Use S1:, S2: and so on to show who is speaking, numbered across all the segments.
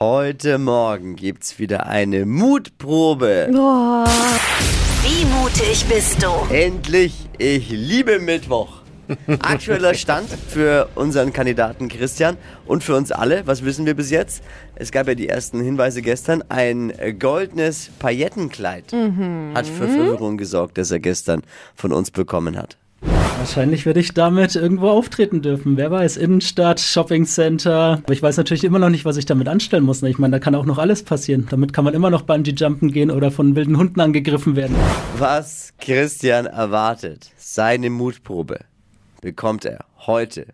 S1: Heute Morgen gibt's wieder eine Mutprobe.
S2: Boah.
S3: Wie mutig bist du?
S1: Endlich, ich liebe Mittwoch. Aktueller Stand für unseren Kandidaten Christian und für uns alle. Was wissen wir bis jetzt? Es gab ja die ersten Hinweise gestern. Ein äh, goldenes Paillettenkleid hat für Verwirrung gesorgt, das er gestern von uns bekommen hat.
S4: Wahrscheinlich werde ich damit irgendwo auftreten dürfen. Wer weiß, Innenstadt, Shoppingcenter. Aber ich weiß natürlich immer noch nicht, was ich damit anstellen muss. ne? Ich meine, da kann auch noch alles passieren. Damit kann man immer noch Bungee-Jumpen gehen oder von wilden Hunden angegriffen werden.
S1: Was Christian erwartet, seine Mutprobe, bekommt er heute.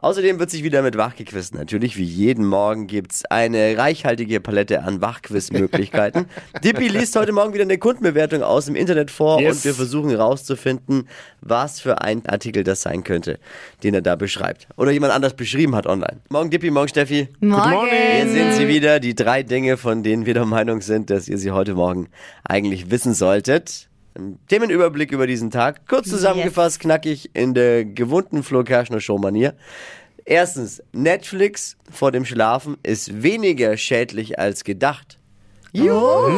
S1: Außerdem wird sich wieder mit Wachgequiz. Natürlich, wie jeden Morgen gibt's eine reichhaltige Palette an Wachquiz-Möglichkeiten. Dippy liest heute Morgen wieder eine Kundenbewertung aus dem Internet vor
S5: Yes.
S1: und wir versuchen herauszufinden, was für ein Artikel das sein könnte, den er da beschreibt. Oder jemand anders beschrieben hat online. Morgen Dippy, morgen Steffi.
S2: Morgen.
S1: Hier sind sie wieder, die drei Dinge, von denen wir der Meinung sind, dass ihr sie heute Morgen eigentlich wissen solltet. Ein Themenüberblick über diesen Tag. Kurz zusammengefasst, knackig in der gewohnten Flo Kerschner Show-Manier. Erstens, Netflix vor dem Schlafen ist weniger schädlich als gedacht. Juhu!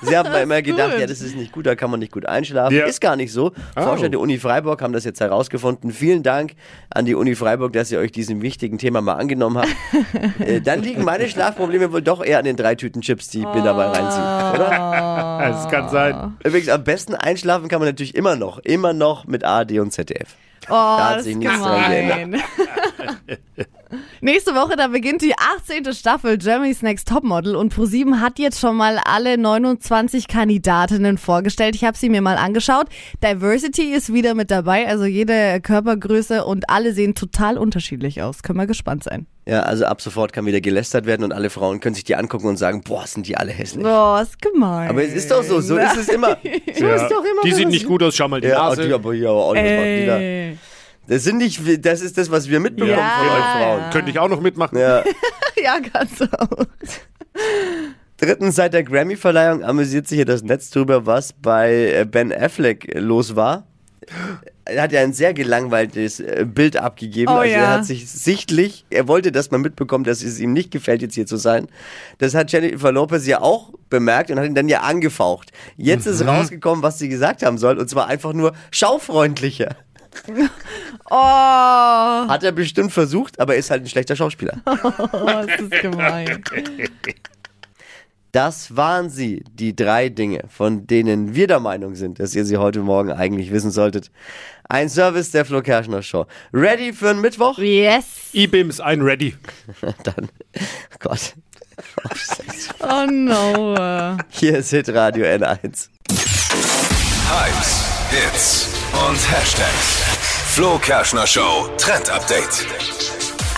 S1: Sie haben immer gedacht, ja, das ist nicht gut, da kann man nicht gut einschlafen.
S5: Ja.
S1: Ist gar nicht so. Forscher der Uni Freiburg haben das jetzt herausgefunden. Vielen Dank an die Uni Freiburg, dass ihr euch diesem wichtigen Thema mal angenommen habt. Äh, dann liegen meine Schlafprobleme wohl doch eher an den drei Tüten Chips, die ich mir dabei reinziehe, oder?
S5: Also, Es kann sein.
S1: Übrigens, am besten einschlafen kann man natürlich immer noch, immer noch mit ARD und ZDF.
S2: Oh, da
S1: hat sich nichts dran
S2: Nächste Woche, da beginnt die 18. Staffel Germany's Next Topmodel und ProSieben hat jetzt schon mal alle 29 Kandidatinnen vorgestellt. Ich habe sie mir mal angeschaut. Diversity ist wieder mit dabei, also jede Körpergröße und alle sehen total unterschiedlich aus. Können wir gespannt sein.
S1: Ja, also ab sofort kann wieder gelästert werden und alle Frauen können sich die angucken und sagen, boah, sind die alle hässlich.
S2: Oh, ist gemein.
S1: Aber es ist doch so, so ist es immer. So ist doch immer.
S5: Die
S1: wenn
S5: sieht
S1: man
S5: nicht
S1: so-
S5: gut aus, schau mal die
S1: Ja,
S5: Nase.
S1: die aber hier aber auch nicht mal wieder.
S2: Ey.
S1: Das sind nicht, das ist das, was wir mitbekommen
S2: Ja.
S1: von euch Frauen.
S5: Könnte ich auch noch mitmachen.
S1: Ja.
S2: Ja, ganz auch.
S1: Drittens, seit der Grammy-Verleihung amüsiert sich hier das Netz drüber, was bei äh, Ben Affleck los war. Er hat ja ein sehr gelangweiltes äh, Bild abgegeben.
S2: Oh
S1: also er
S2: ja.
S1: hat sich sichtlich, er wollte, dass man mitbekommt, dass es ihm nicht gefällt, jetzt hier zu sein. Das hat Jennifer Lopez ja auch bemerkt und hat ihn dann ja angefaucht. Jetzt ist rausgekommen, was sie gesagt haben soll, und zwar einfach nur schaufreundlicher.
S2: Oh,
S1: Hat er bestimmt versucht, aber er ist halt ein schlechter Schauspieler.
S2: ist das gemein.
S1: Das waren sie, die drei Dinge, von denen wir der Meinung sind, dass ihr sie heute Morgen eigentlich wissen solltet. Ein Service der Flo Kerschner Show. Ready für einen Mittwoch?
S2: Yes.
S5: IBIM ist ein Ready.
S1: Dann, oh Gott.
S2: Oh no.
S1: Hier ist Hitradio N1.
S6: Hypes, Hits und Hashtags. Flo Kerschner Show Trend Update.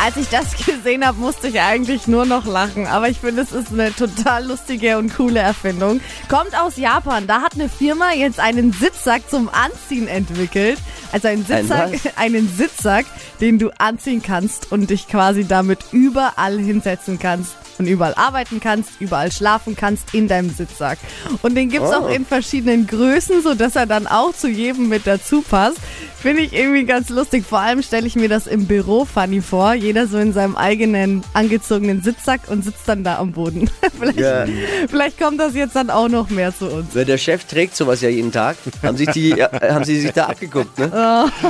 S2: Als ich das gesehen habe, musste ich eigentlich nur noch lachen. Aber ich finde, es ist eine total lustige und coole Erfindung. Kommt aus Japan. Da hat eine Firma jetzt einen Sitzsack zum Anziehen entwickelt. Also einen Sitzsack,
S1: Ein
S2: einen Sitzsack, den du anziehen kannst und dich quasi damit überall hinsetzen kannst und überall arbeiten kannst, überall schlafen kannst in deinem Sitzsack. Und den gibt's
S1: Oh.
S2: auch in verschiedenen Größen, sodass er dann auch zu jedem mit dazu passt. Finde ich irgendwie ganz lustig. Vor allem stelle ich mir das im Büro funny vor. Jeder so in seinem eigenen angezogenen Sitzsack und sitzt dann da am Boden. vielleicht,
S1: Ja.
S2: vielleicht kommt das jetzt dann auch noch mehr zu uns.
S1: Der Chef trägt sowas ja jeden Tag. Haben sich, die, äh, haben sie sich da abgeguckt, ne?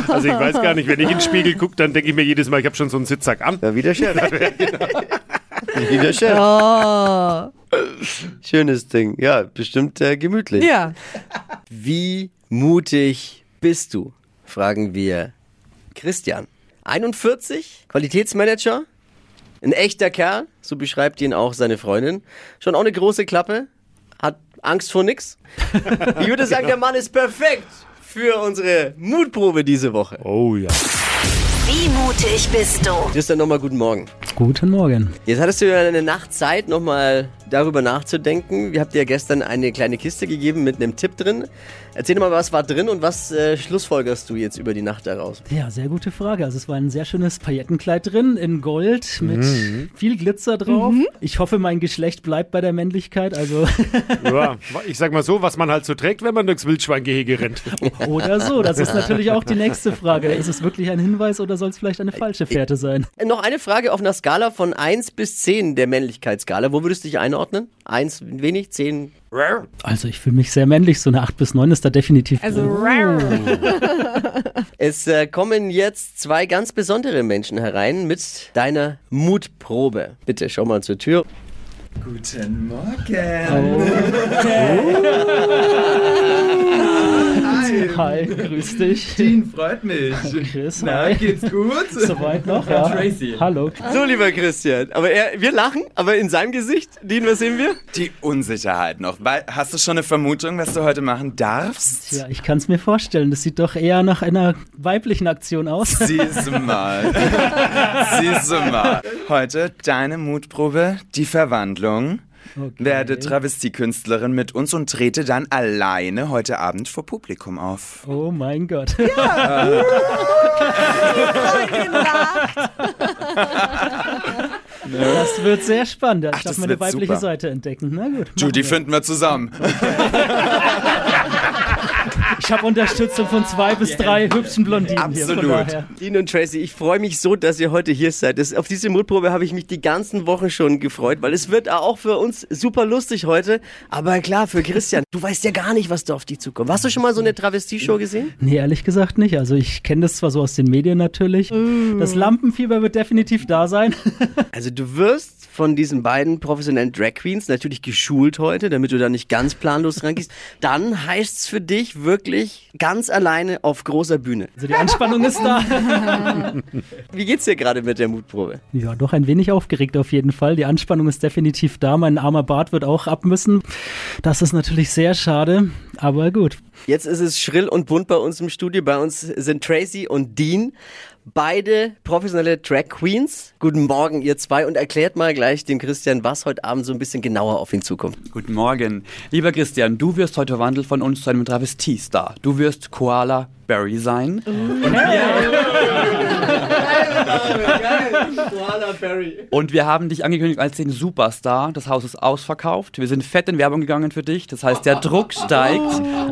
S5: Also ich weiß gar nicht, wenn ich in den Spiegel gucke, dann denke ich mir jedes Mal, ich habe schon so einen Sitzsack an.
S1: Ja, wie der Chef. Wie der Chef.
S2: Oh.
S1: Schönes Ding. Ja, bestimmt äh, gemütlich.
S2: Ja.
S1: Wie mutig bist du? Fragen wir Christian. 41, Qualitätsmanager, ein echter Kerl, so beschreibt ihn auch seine Freundin. Schon auch eine große Klappe, hat Angst vor nix. Ich würde sagen, der Mann ist perfekt für unsere Mutprobe diese Woche.
S5: Oh ja.
S3: Wie mutig bist du?
S1: Christian, nochmal guten Morgen.
S4: Guten Morgen.
S1: Jetzt hattest du ja eine Nacht Zeit, nochmal darüber nachzudenken. Wir habt ihr ja gestern eine kleine Kiste gegeben mit einem Tipp drin. Erzähl mal, was war drin und was äh, schlussfolgerst du jetzt über die Nacht daraus?
S4: Ja, sehr gute Frage. Also es war ein sehr schönes Paillettenkleid drin, in Gold, mit viel Glitzer drauf. Ich hoffe, mein Geschlecht bleibt bei der Männlichkeit. Also
S5: Ja, ich sag mal so, was man halt so trägt, wenn man durchs Wildschweingehege rennt.
S4: oder so. Das ist natürlich auch die nächste Frage. Ist es wirklich ein Hinweis oder soll es vielleicht eine falsche Fährte sein?
S1: Äh, noch eine Frage auf einer Skala von 1 bis 10 der Männlichkeitsskala. Wo würdest du dich einordnen? 1 wenig, 10
S4: Also ich fühle mich sehr männlich. So eine 8 bis 9 ist da definitiv.
S2: Also,
S4: drin.
S2: rar.
S1: Es äh, kommen jetzt zwei ganz besondere Menschen herein mit deiner Mutprobe. Bitte schau mal zur Tür.
S7: Guten Morgen. Hi.
S4: Hi, grüß dich.
S7: Dean, freut mich.
S4: Chris,
S7: Na,
S4: hi.
S7: geht's gut?
S4: Soweit noch, ja.
S7: Tracy.
S4: Hallo.
S1: So, lieber Christian, aber er, wir lachen, aber in seinem Gesicht, Dean, was sehen wir?
S7: Die Unsicherheit noch. Weil- Hast du schon eine Vermutung, was du heute machen darfst?
S4: Ja, ich kann es mir vorstellen. Das sieht doch eher nach einer weiblichen Aktion aus.
S7: Siehst du mal. Siehst du mal. Heute deine Mutprobe, die Verwandlung. Werde Travestiekünstlerin mit uns und trete dann alleine heute Abend vor Publikum auf.
S4: Oh mein Gott.
S7: Ah.
S4: Das wird sehr spannend. Ja, Ich darf
S7: das
S4: meine
S7: wird
S4: weibliche
S7: super.
S4: Seite entdecken. Na gut.
S7: Du,
S4: machen
S7: die
S4: wir.
S7: finden wir zusammen.
S4: Ich habe Unterstützung von zwei bis drei hübschen Blondinen hier.
S7: Absolut.
S4: Von daher.
S1: Dean und Tracy, ich freue mich so, dass ihr heute hier seid. Das, auf diese Mutprobe habe ich mich die ganzen Wochen schon gefreut, weil es wird auch für uns super lustig heute. Aber klar, für Christian, du weißt ja gar nicht, was da auf dich zukommt. Hast du schon mal so eine Travestie-Show gesehen?
S4: Nee, ehrlich gesagt nicht. Also ich kenne das zwar so aus den Medien natürlich. Das Lampenfieber wird definitiv da sein.
S1: Also du wirst von diesen beiden professionellen Drag Queens natürlich geschult heute, damit du da nicht ganz planlos rangehst. Dann heißt es für dich wirklich ganz alleine auf großer Bühne.
S4: Also die Anspannung ist da.
S1: Wie geht's dir gerade mit der Mutprobe?
S4: Ja, doch ein wenig aufgeregt auf jeden Fall. Die Anspannung ist definitiv da. Mein armer Bart wird auch ab müssen. Das ist natürlich sehr schade, aber gut.
S1: Jetzt ist es schrill und bunt bei uns im Studio. Bei uns sind Tracy und Dean, beide professionelle Drag Queens. Guten Morgen, ihr zwei, und erklärt mal gleich dem Christian, was heute Abend so ein bisschen genauer auf ihn zukommt.
S8: Guten Morgen. Lieber Christian, du wirst heute verwandelt von uns zu einem Travestiestar. Du wirst Koala Barry sein. Und wir haben dich angekündigt als den Superstar. Das Haus ist ausverkauft. Wir sind fett in Werbung gegangen für dich. Das heißt, der Druck steigt.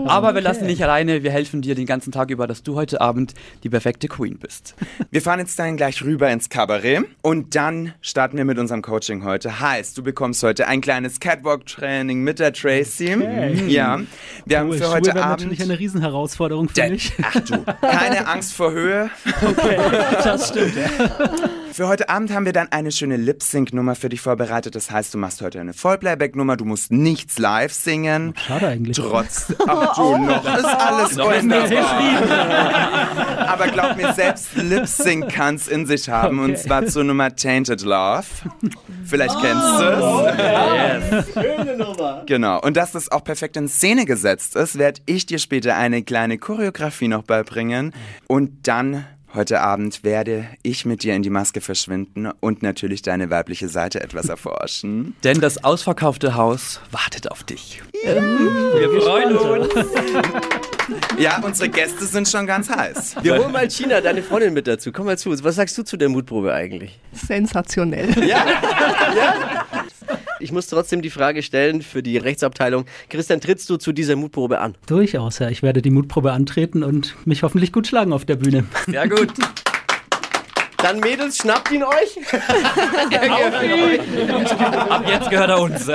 S8: Aber wir lassen dich alleine. Wir helfen dir den ganzen Tag über, dass du heute Abend die perfekte Queen bist.
S7: Wir fahren jetzt dann gleich rüber ins Kabarett und dann starten wir mit unserem Coaching heute. Heißt, du bekommst heute ein kleines Catwalk-Training mit der Tracy. Mhm. Ja, wir haben
S4: Cool.
S7: für
S4: Schuhe
S7: heute
S4: wären
S7: Abend.
S4: natürlich eine Riesenherausforderung für
S7: Denn-
S4: mich.
S7: Ach du, keine Angst vor Höhe.
S4: Das stimmt.
S7: Für heute Abend haben wir dann eine schöne Lip-Sync-Nummer für dich vorbereitet. Das heißt, du machst heute eine Vollplayback-Nummer. Du musst nichts live singen.
S4: Schade eigentlich.
S7: Trotz, ach du, Oh, noch ist alles wunderbar. Aber glaub mir, selbst Lip-Sync kann's in sich haben. Und
S4: Okay.
S7: zwar zur Nummer Tainted Love. Vielleicht kennst du es. Ah, Genau. Und dass das auch perfekt in Szene gesetzt ist, werde ich dir später eine kleine Choreografie noch beibringen. Und dann... Heute Abend werde ich mit dir in die Maske verschwinden und natürlich deine weibliche Seite etwas erforschen.
S8: Denn das ausverkaufte Haus wartet auf dich. wir freuen uns.
S7: Ja, unsere Gäste sind schon ganz heiß.
S1: Wir holen mal China, deine Freundin, mit dazu. Komm mal zu uns. Was sagst du zu der Mutprobe eigentlich?
S9: Sensationell.
S1: Ich muss trotzdem die Frage stellen für die Rechtsabteilung. Christian, trittst du zu dieser Mutprobe an?
S4: Durchaus, ja. Ich werde die Mutprobe antreten und mich hoffentlich gut schlagen auf der Bühne.
S8: Sehr gut.
S1: Dann Mädels, schnappt ihn euch.
S8: Ab jetzt gehört er uns.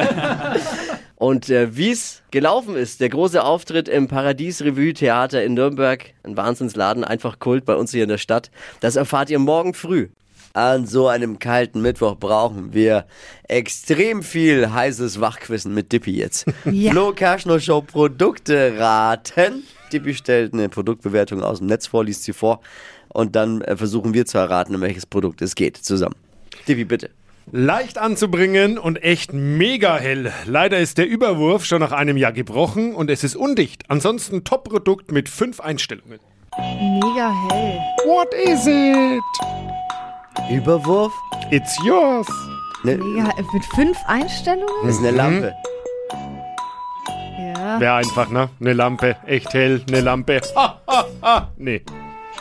S1: Und äh, wie es gelaufen ist, der große Auftritt im Paradies Revue Theater in Nürnberg, ein Wahnsinnsladen, einfach Kult bei uns hier in der Stadt, das erfahrt ihr morgen früh. An so einem kalten Mittwoch brauchen wir extrem viel heißes Wachquissen mit Dippi jetzt.
S2: Ja.
S1: Flo Kerschner Show Produkte raten. Dippi stellt eine Produktbewertung aus dem Netz vor, liest sie vor und dann äh, versuchen wir zu erraten, um welches Produkt es geht, zusammen. Dippi, bitte.
S5: Leicht anzubringen und echt mega hell. Leider ist der Überwurf schon nach einem Jahr gebrochen und es ist undicht. Ansonsten Top-Produkt mit fünf Einstellungen.
S2: Mega hell.
S5: What is it?
S1: Überwurf?
S5: It's yours.
S1: Ne?
S2: Mega, mit fünf Einstellungen?
S1: Das ist eine Lampe.
S2: Ja.
S5: Wäre einfach, ne? Eine Lampe. Echt hell, eine Lampe. Ha, ha, ha. Nee.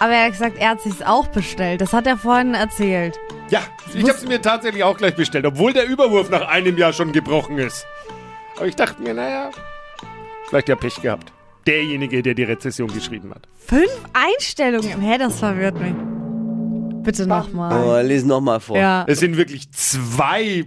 S2: Aber er hat gesagt, er hat sich's auch bestellt. Das hat er vorhin erzählt.
S5: Ja, ich hab's mir tatsächlich auch gleich bestellt, obwohl der Überwurf nach einem Jahr schon gebrochen ist. Aber ich dachte mir, naja, vielleicht ja Pech gehabt. Derjenige, der die Rezession geschrieben hat.
S2: Fünf Einstellungen? Hä, das verwirrt mich. Bitte nochmal.
S1: Oh, lesen nochmal vor.
S2: Ja.
S5: Es sind wirklich zwei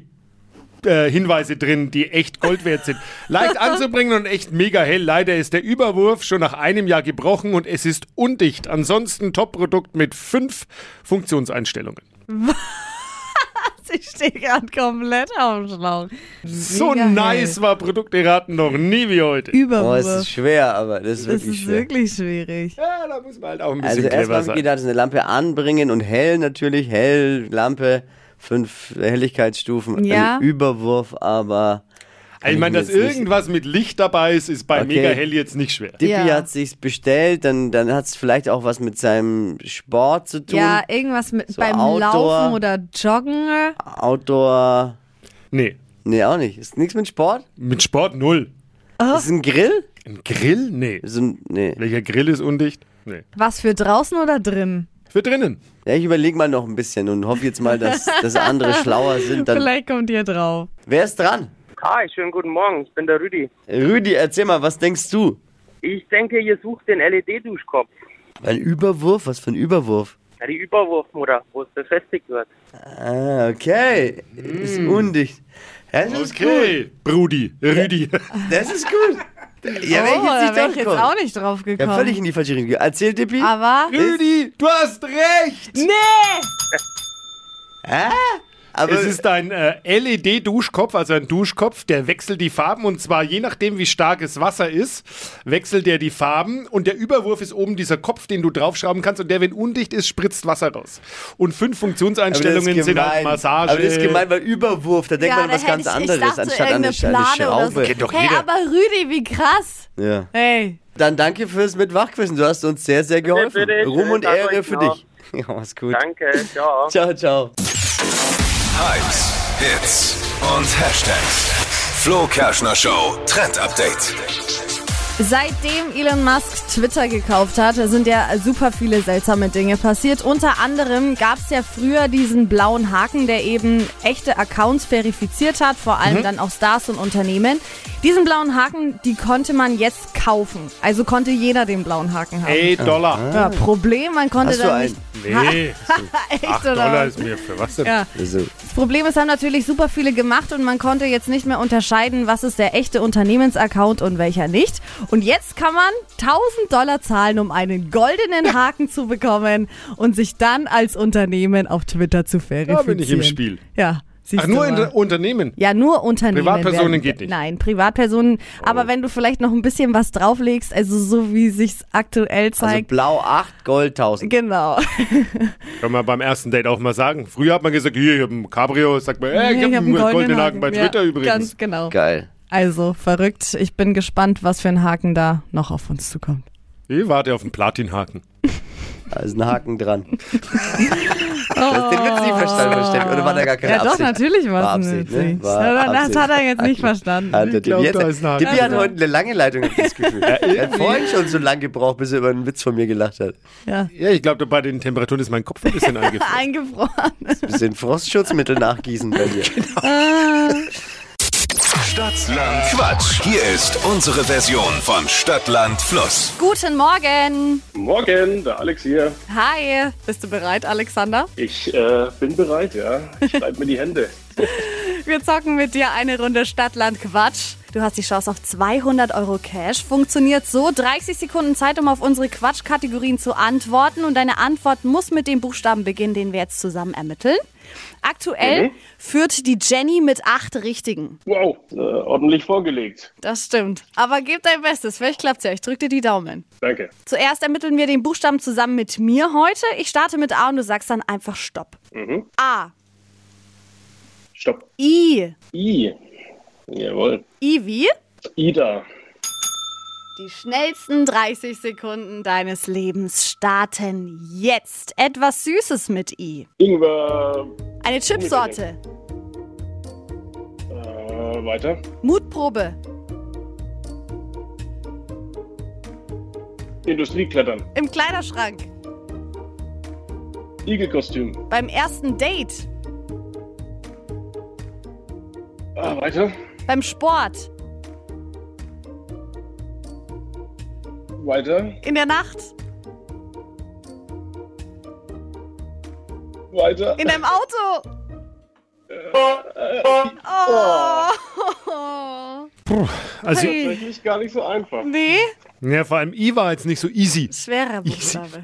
S5: äh, Hinweise drin, die echt Gold wert sind. Leicht anzubringen und echt mega hell. Leider ist der Überwurf schon nach einem Jahr gebrochen und es ist undicht. Ansonsten Top-Produkt mit fünf Funktionseinstellungen.
S2: Ich stehe gerade komplett auf dem Schlauch.
S5: So
S2: Mega
S5: nice war Produkte raten noch nie wie heute.
S1: Oh, es
S2: Überwurf.
S1: ist schwer, aber das ist
S2: das
S1: wirklich
S2: ist
S1: schwer.
S2: wirklich schwierig.
S5: Ja, da muss man halt auch ein bisschen
S1: also erstmal
S5: clever
S1: habe ich
S5: sein.
S1: gedacht, eine Lampe anbringen und hell natürlich, hell, Lampe, fünf Helligkeitsstufen,
S2: Ja.
S1: ein Überwurf, aber
S5: Also Ich meine, dass
S1: Jetzt nicht-
S5: irgendwas mit Licht dabei ist, ist bei
S1: Okay.
S5: Mega Hell jetzt nicht schwer.
S1: Dippi
S2: Ja.
S1: hat sich's bestellt, dann, dann hat's vielleicht auch was mit seinem Sport zu tun.
S2: Ja, irgendwas mit beim
S1: Outdoor.
S2: Laufen oder Joggen.
S1: Outdoor,
S5: Nee,
S1: nee, auch nicht. Ist nichts mit Sport?
S5: mit Sport null.
S1: Ist ein Grill?
S5: Ein Grill? Nee.
S1: Ist ein, nee.
S5: Welcher Grill ist undicht? Nee.
S2: Was für draußen oder drin?
S5: Für drinnen.
S1: Ja, ich überlege mal noch ein bisschen und hoffe jetzt mal, dass, dass andere schlauer sind. Dann,
S2: Vielleicht kommt ihr drauf.
S1: wer ist dran?
S9: Hi, schönen guten Morgen. Ich bin der Rüdi.
S1: Rüdi, erzähl mal, was denkst du?
S9: Ich denke, ihr sucht den E LED-Duschkopf.
S1: Ein Überwurf? Was für ein Überwurf?
S9: Ja, die Überwurfmutter, wo es befestigt wird.
S1: Ah, okay. Ist
S9: Mm.
S1: undicht. Das ist
S5: Okay. Brudi. Rüdi.
S1: gut. Das ist gut. Ja,
S2: oh, da wäre ich jetzt
S1: drauf
S2: auch nicht drauf
S1: Ich hab
S2: gekommen.
S1: völlig in die falsche Richtung. ge- Erzähl, Dippi.
S2: Aber
S5: Rüdi, du hast recht.
S1: Hä? Aber
S5: Es ist ein äh, LED-Duschkopf, also ein Duschkopf, der wechselt die Farben und zwar je nachdem, wie stark es Wasser ist, wechselt der die Farben und der Überwurf ist oben dieser Kopf, den du draufschrauben kannst und der, wenn undicht ist, spritzt Wasser raus. Und fünf
S1: aber das ist
S5: Funktionseinstellungen sind halt
S1: gemein.
S5: Massage.
S1: Aber das ist gemein, weil Überwurf, da denkt
S2: ja,
S1: man an was
S2: da hätte
S1: ganz
S2: ich,
S1: anderes,
S2: ich dachte,
S1: anstatt an
S2: irgendeine
S1: eine, Sch- eine
S2: Plane oder so.
S1: Schraube.
S5: Kennt doch
S2: hey,
S5: jeder.
S2: aber Rüdi, wie krass.
S1: Ja.
S2: Hey,
S1: Dann danke fürs Mitwachquissen. Du hast uns sehr, sehr geholfen.
S9: bitte.
S1: Ruhm
S9: Schönen
S1: und
S9: Tag
S1: Ehre
S9: euch
S1: für
S9: noch.
S1: dich. Ja, mach's gut.
S9: Danke, ciao.
S1: Ciao, ciao.
S6: Hypes, Hits und Hashtags. Flo Kerschner Show Trend Update.
S2: Seitdem Elon Musk Twitter gekauft hat, sind ja super viele seltsame Dinge passiert. Unter anderem gab es ja früher diesen blauen Haken, der eben echte Accounts verifiziert hat, vor allem
S5: Mhm.
S2: dann auch Stars und Unternehmen. Diesen blauen Haken, die konnte man jetzt kaufen. Also konnte jeder den blauen Haken haben.
S5: Ey,
S1: Ah.
S5: Dollar.
S2: Ja, Problem, man konnte
S1: Hast du
S2: dann
S1: einen?
S2: nicht
S5: Nee,
S2: echt
S5: 8
S2: oder
S5: Dollar
S2: was?
S5: ist mir für was denn?
S2: Ja.
S1: Also,
S2: Das Problem ist, haben natürlich super viele gemacht und man konnte jetzt nicht mehr unterscheiden, was ist der echte Unternehmensaccount und welcher nicht. Und jetzt kann man 1000 Dollar zahlen, um einen goldenen Haken zu bekommen und sich dann als Unternehmen auf Twitter zu verifizieren.
S5: Da bin ich im Spiel.
S2: Ja, siehst
S5: Ach, nur
S2: du
S5: in
S2: mal.
S5: Unternehmen.
S2: ja, nur Unternehmen.
S5: Privatpersonen
S2: werden-
S5: geht nicht. Oh.
S2: Nein, Privatpersonen. Aber wenn du vielleicht noch ein bisschen was drauflegst, also so wie sich's aktuell
S1: also
S2: zeigt.
S1: blau 8, Gold 1000.
S2: genau.
S5: Können wir beim ersten Date auch mal sagen. Früher hat man gesagt, hier, ich hab ein Cabrio. Sagt man, äh, ich,
S2: Ich
S5: hab
S2: hab
S5: einen goldenen Haken bei
S2: Ja,
S5: Twitter übrigens.
S2: Ganz genau.
S1: Geil.
S2: Also verrückt. Ich bin gespannt, was für ein Haken da noch auf uns zukommt.
S5: Ich warte auf den Platinhaken.
S1: Da ist ein Haken dran. Hast du den Witz nicht verstanden, versteckt? Oder war da gar keine
S2: ja,
S1: Absicht?
S2: doch, natürlich war's
S1: War
S2: eine
S1: Absicht, ne?
S2: Absicht.
S1: War
S2: Aber
S1: Absicht.
S2: Das hat er jetzt nicht verstanden.
S1: Hat der Tippi
S5: glaub,
S1: jetzt,
S5: da ist ein Haken.
S1: Tippi hat heute eine lange Leitung, hab ich das Gefühl. er hat vorhin schon so lange gebraucht, bis er über einen Witz von mir gelacht hat.
S2: Ja.
S5: Ja, ich glaube, bei den Temperaturen ist mein Kopf ein bisschen eingefroren.
S2: Eingefroren.
S1: Bisschen Frostschutzmittel nachgießen bei dir.
S6: Stadtland Quatsch. Hier ist unsere Version von Stadtland Fluss.
S2: Guten Morgen.
S10: Morgen, der Alex hier.
S2: Hi. Bist du bereit, Alexander?
S10: Ich äh, bin bereit, ja. Ich schreibe mir die Hände.
S2: Wir zocken mit dir eine Runde Stadtland Quatsch. Du hast die Chance auf 200 Euro Cash. Funktioniert so: 30 Sekunden Zeit, um auf unsere Quatschkategorien zu antworten. Und deine Antwort muss mit dem Buchstaben beginnen, den wir jetzt zusammen ermitteln. Aktuell
S10: Mhm.
S2: führt die Jenny mit acht Richtigen.
S10: Wow, äh, ordentlich vorgelegt.
S2: Das stimmt. Aber gib dein Bestes. Vielleicht klappt's ja. Ich drück dir die Daumen.
S10: Danke.
S2: Zuerst ermitteln wir den Buchstaben zusammen mit mir heute. Ich starte mit A und du sagst dann einfach Stopp. A.
S10: Mhm. Stopp.
S2: I.
S10: I. Jawohl.
S2: I wie?
S10: Ida.
S2: Die schnellsten 30 Sekunden deines Lebens starten jetzt. Etwas Süßes mit I.
S10: Ingwer.
S2: Eine Chipsorte.
S10: Äh,
S6: mal Äh, weiter.
S2: Mutprobe.
S6: Industrieklettern.
S2: Im Kleiderschrank.
S6: Igelkostüm.
S2: Beim ersten Date.
S6: Ah, weiter.
S2: Beim Sport.
S6: Weiter.
S2: In der Nacht.
S6: Weiter.
S2: In deinem Auto. Oh.
S5: Also,
S2: Hey.
S6: Tatsächlich gar nicht so einfach.
S2: Nee,
S5: ja, vor allem I war jetzt nicht so easy.
S2: schwerer Buchstabe.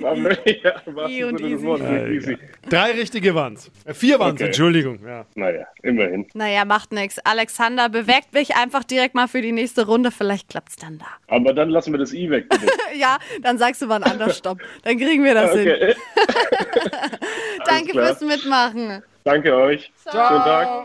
S6: Aber, ja, war
S2: I
S6: ein
S2: und
S6: gutes
S2: easy.
S6: Wort. Easy.
S5: Drei richtige waren's. Äh, Vier waren's,
S6: Okay.
S5: Entschuldigung. Ja.
S6: Naja, immerhin.
S2: Naja, macht nix. Alexander, bewegt mich einfach direkt mal für die nächste Runde. Vielleicht klappt's dann da.
S6: Aber dann lassen wir das I weg, bitte.
S2: Ja, dann sagst du wann anders Stopp. Dann kriegen wir das hin.
S6: Okay.
S2: Danke
S6: klar.
S2: fürs Mitmachen.
S6: Danke euch. Schönen Tag.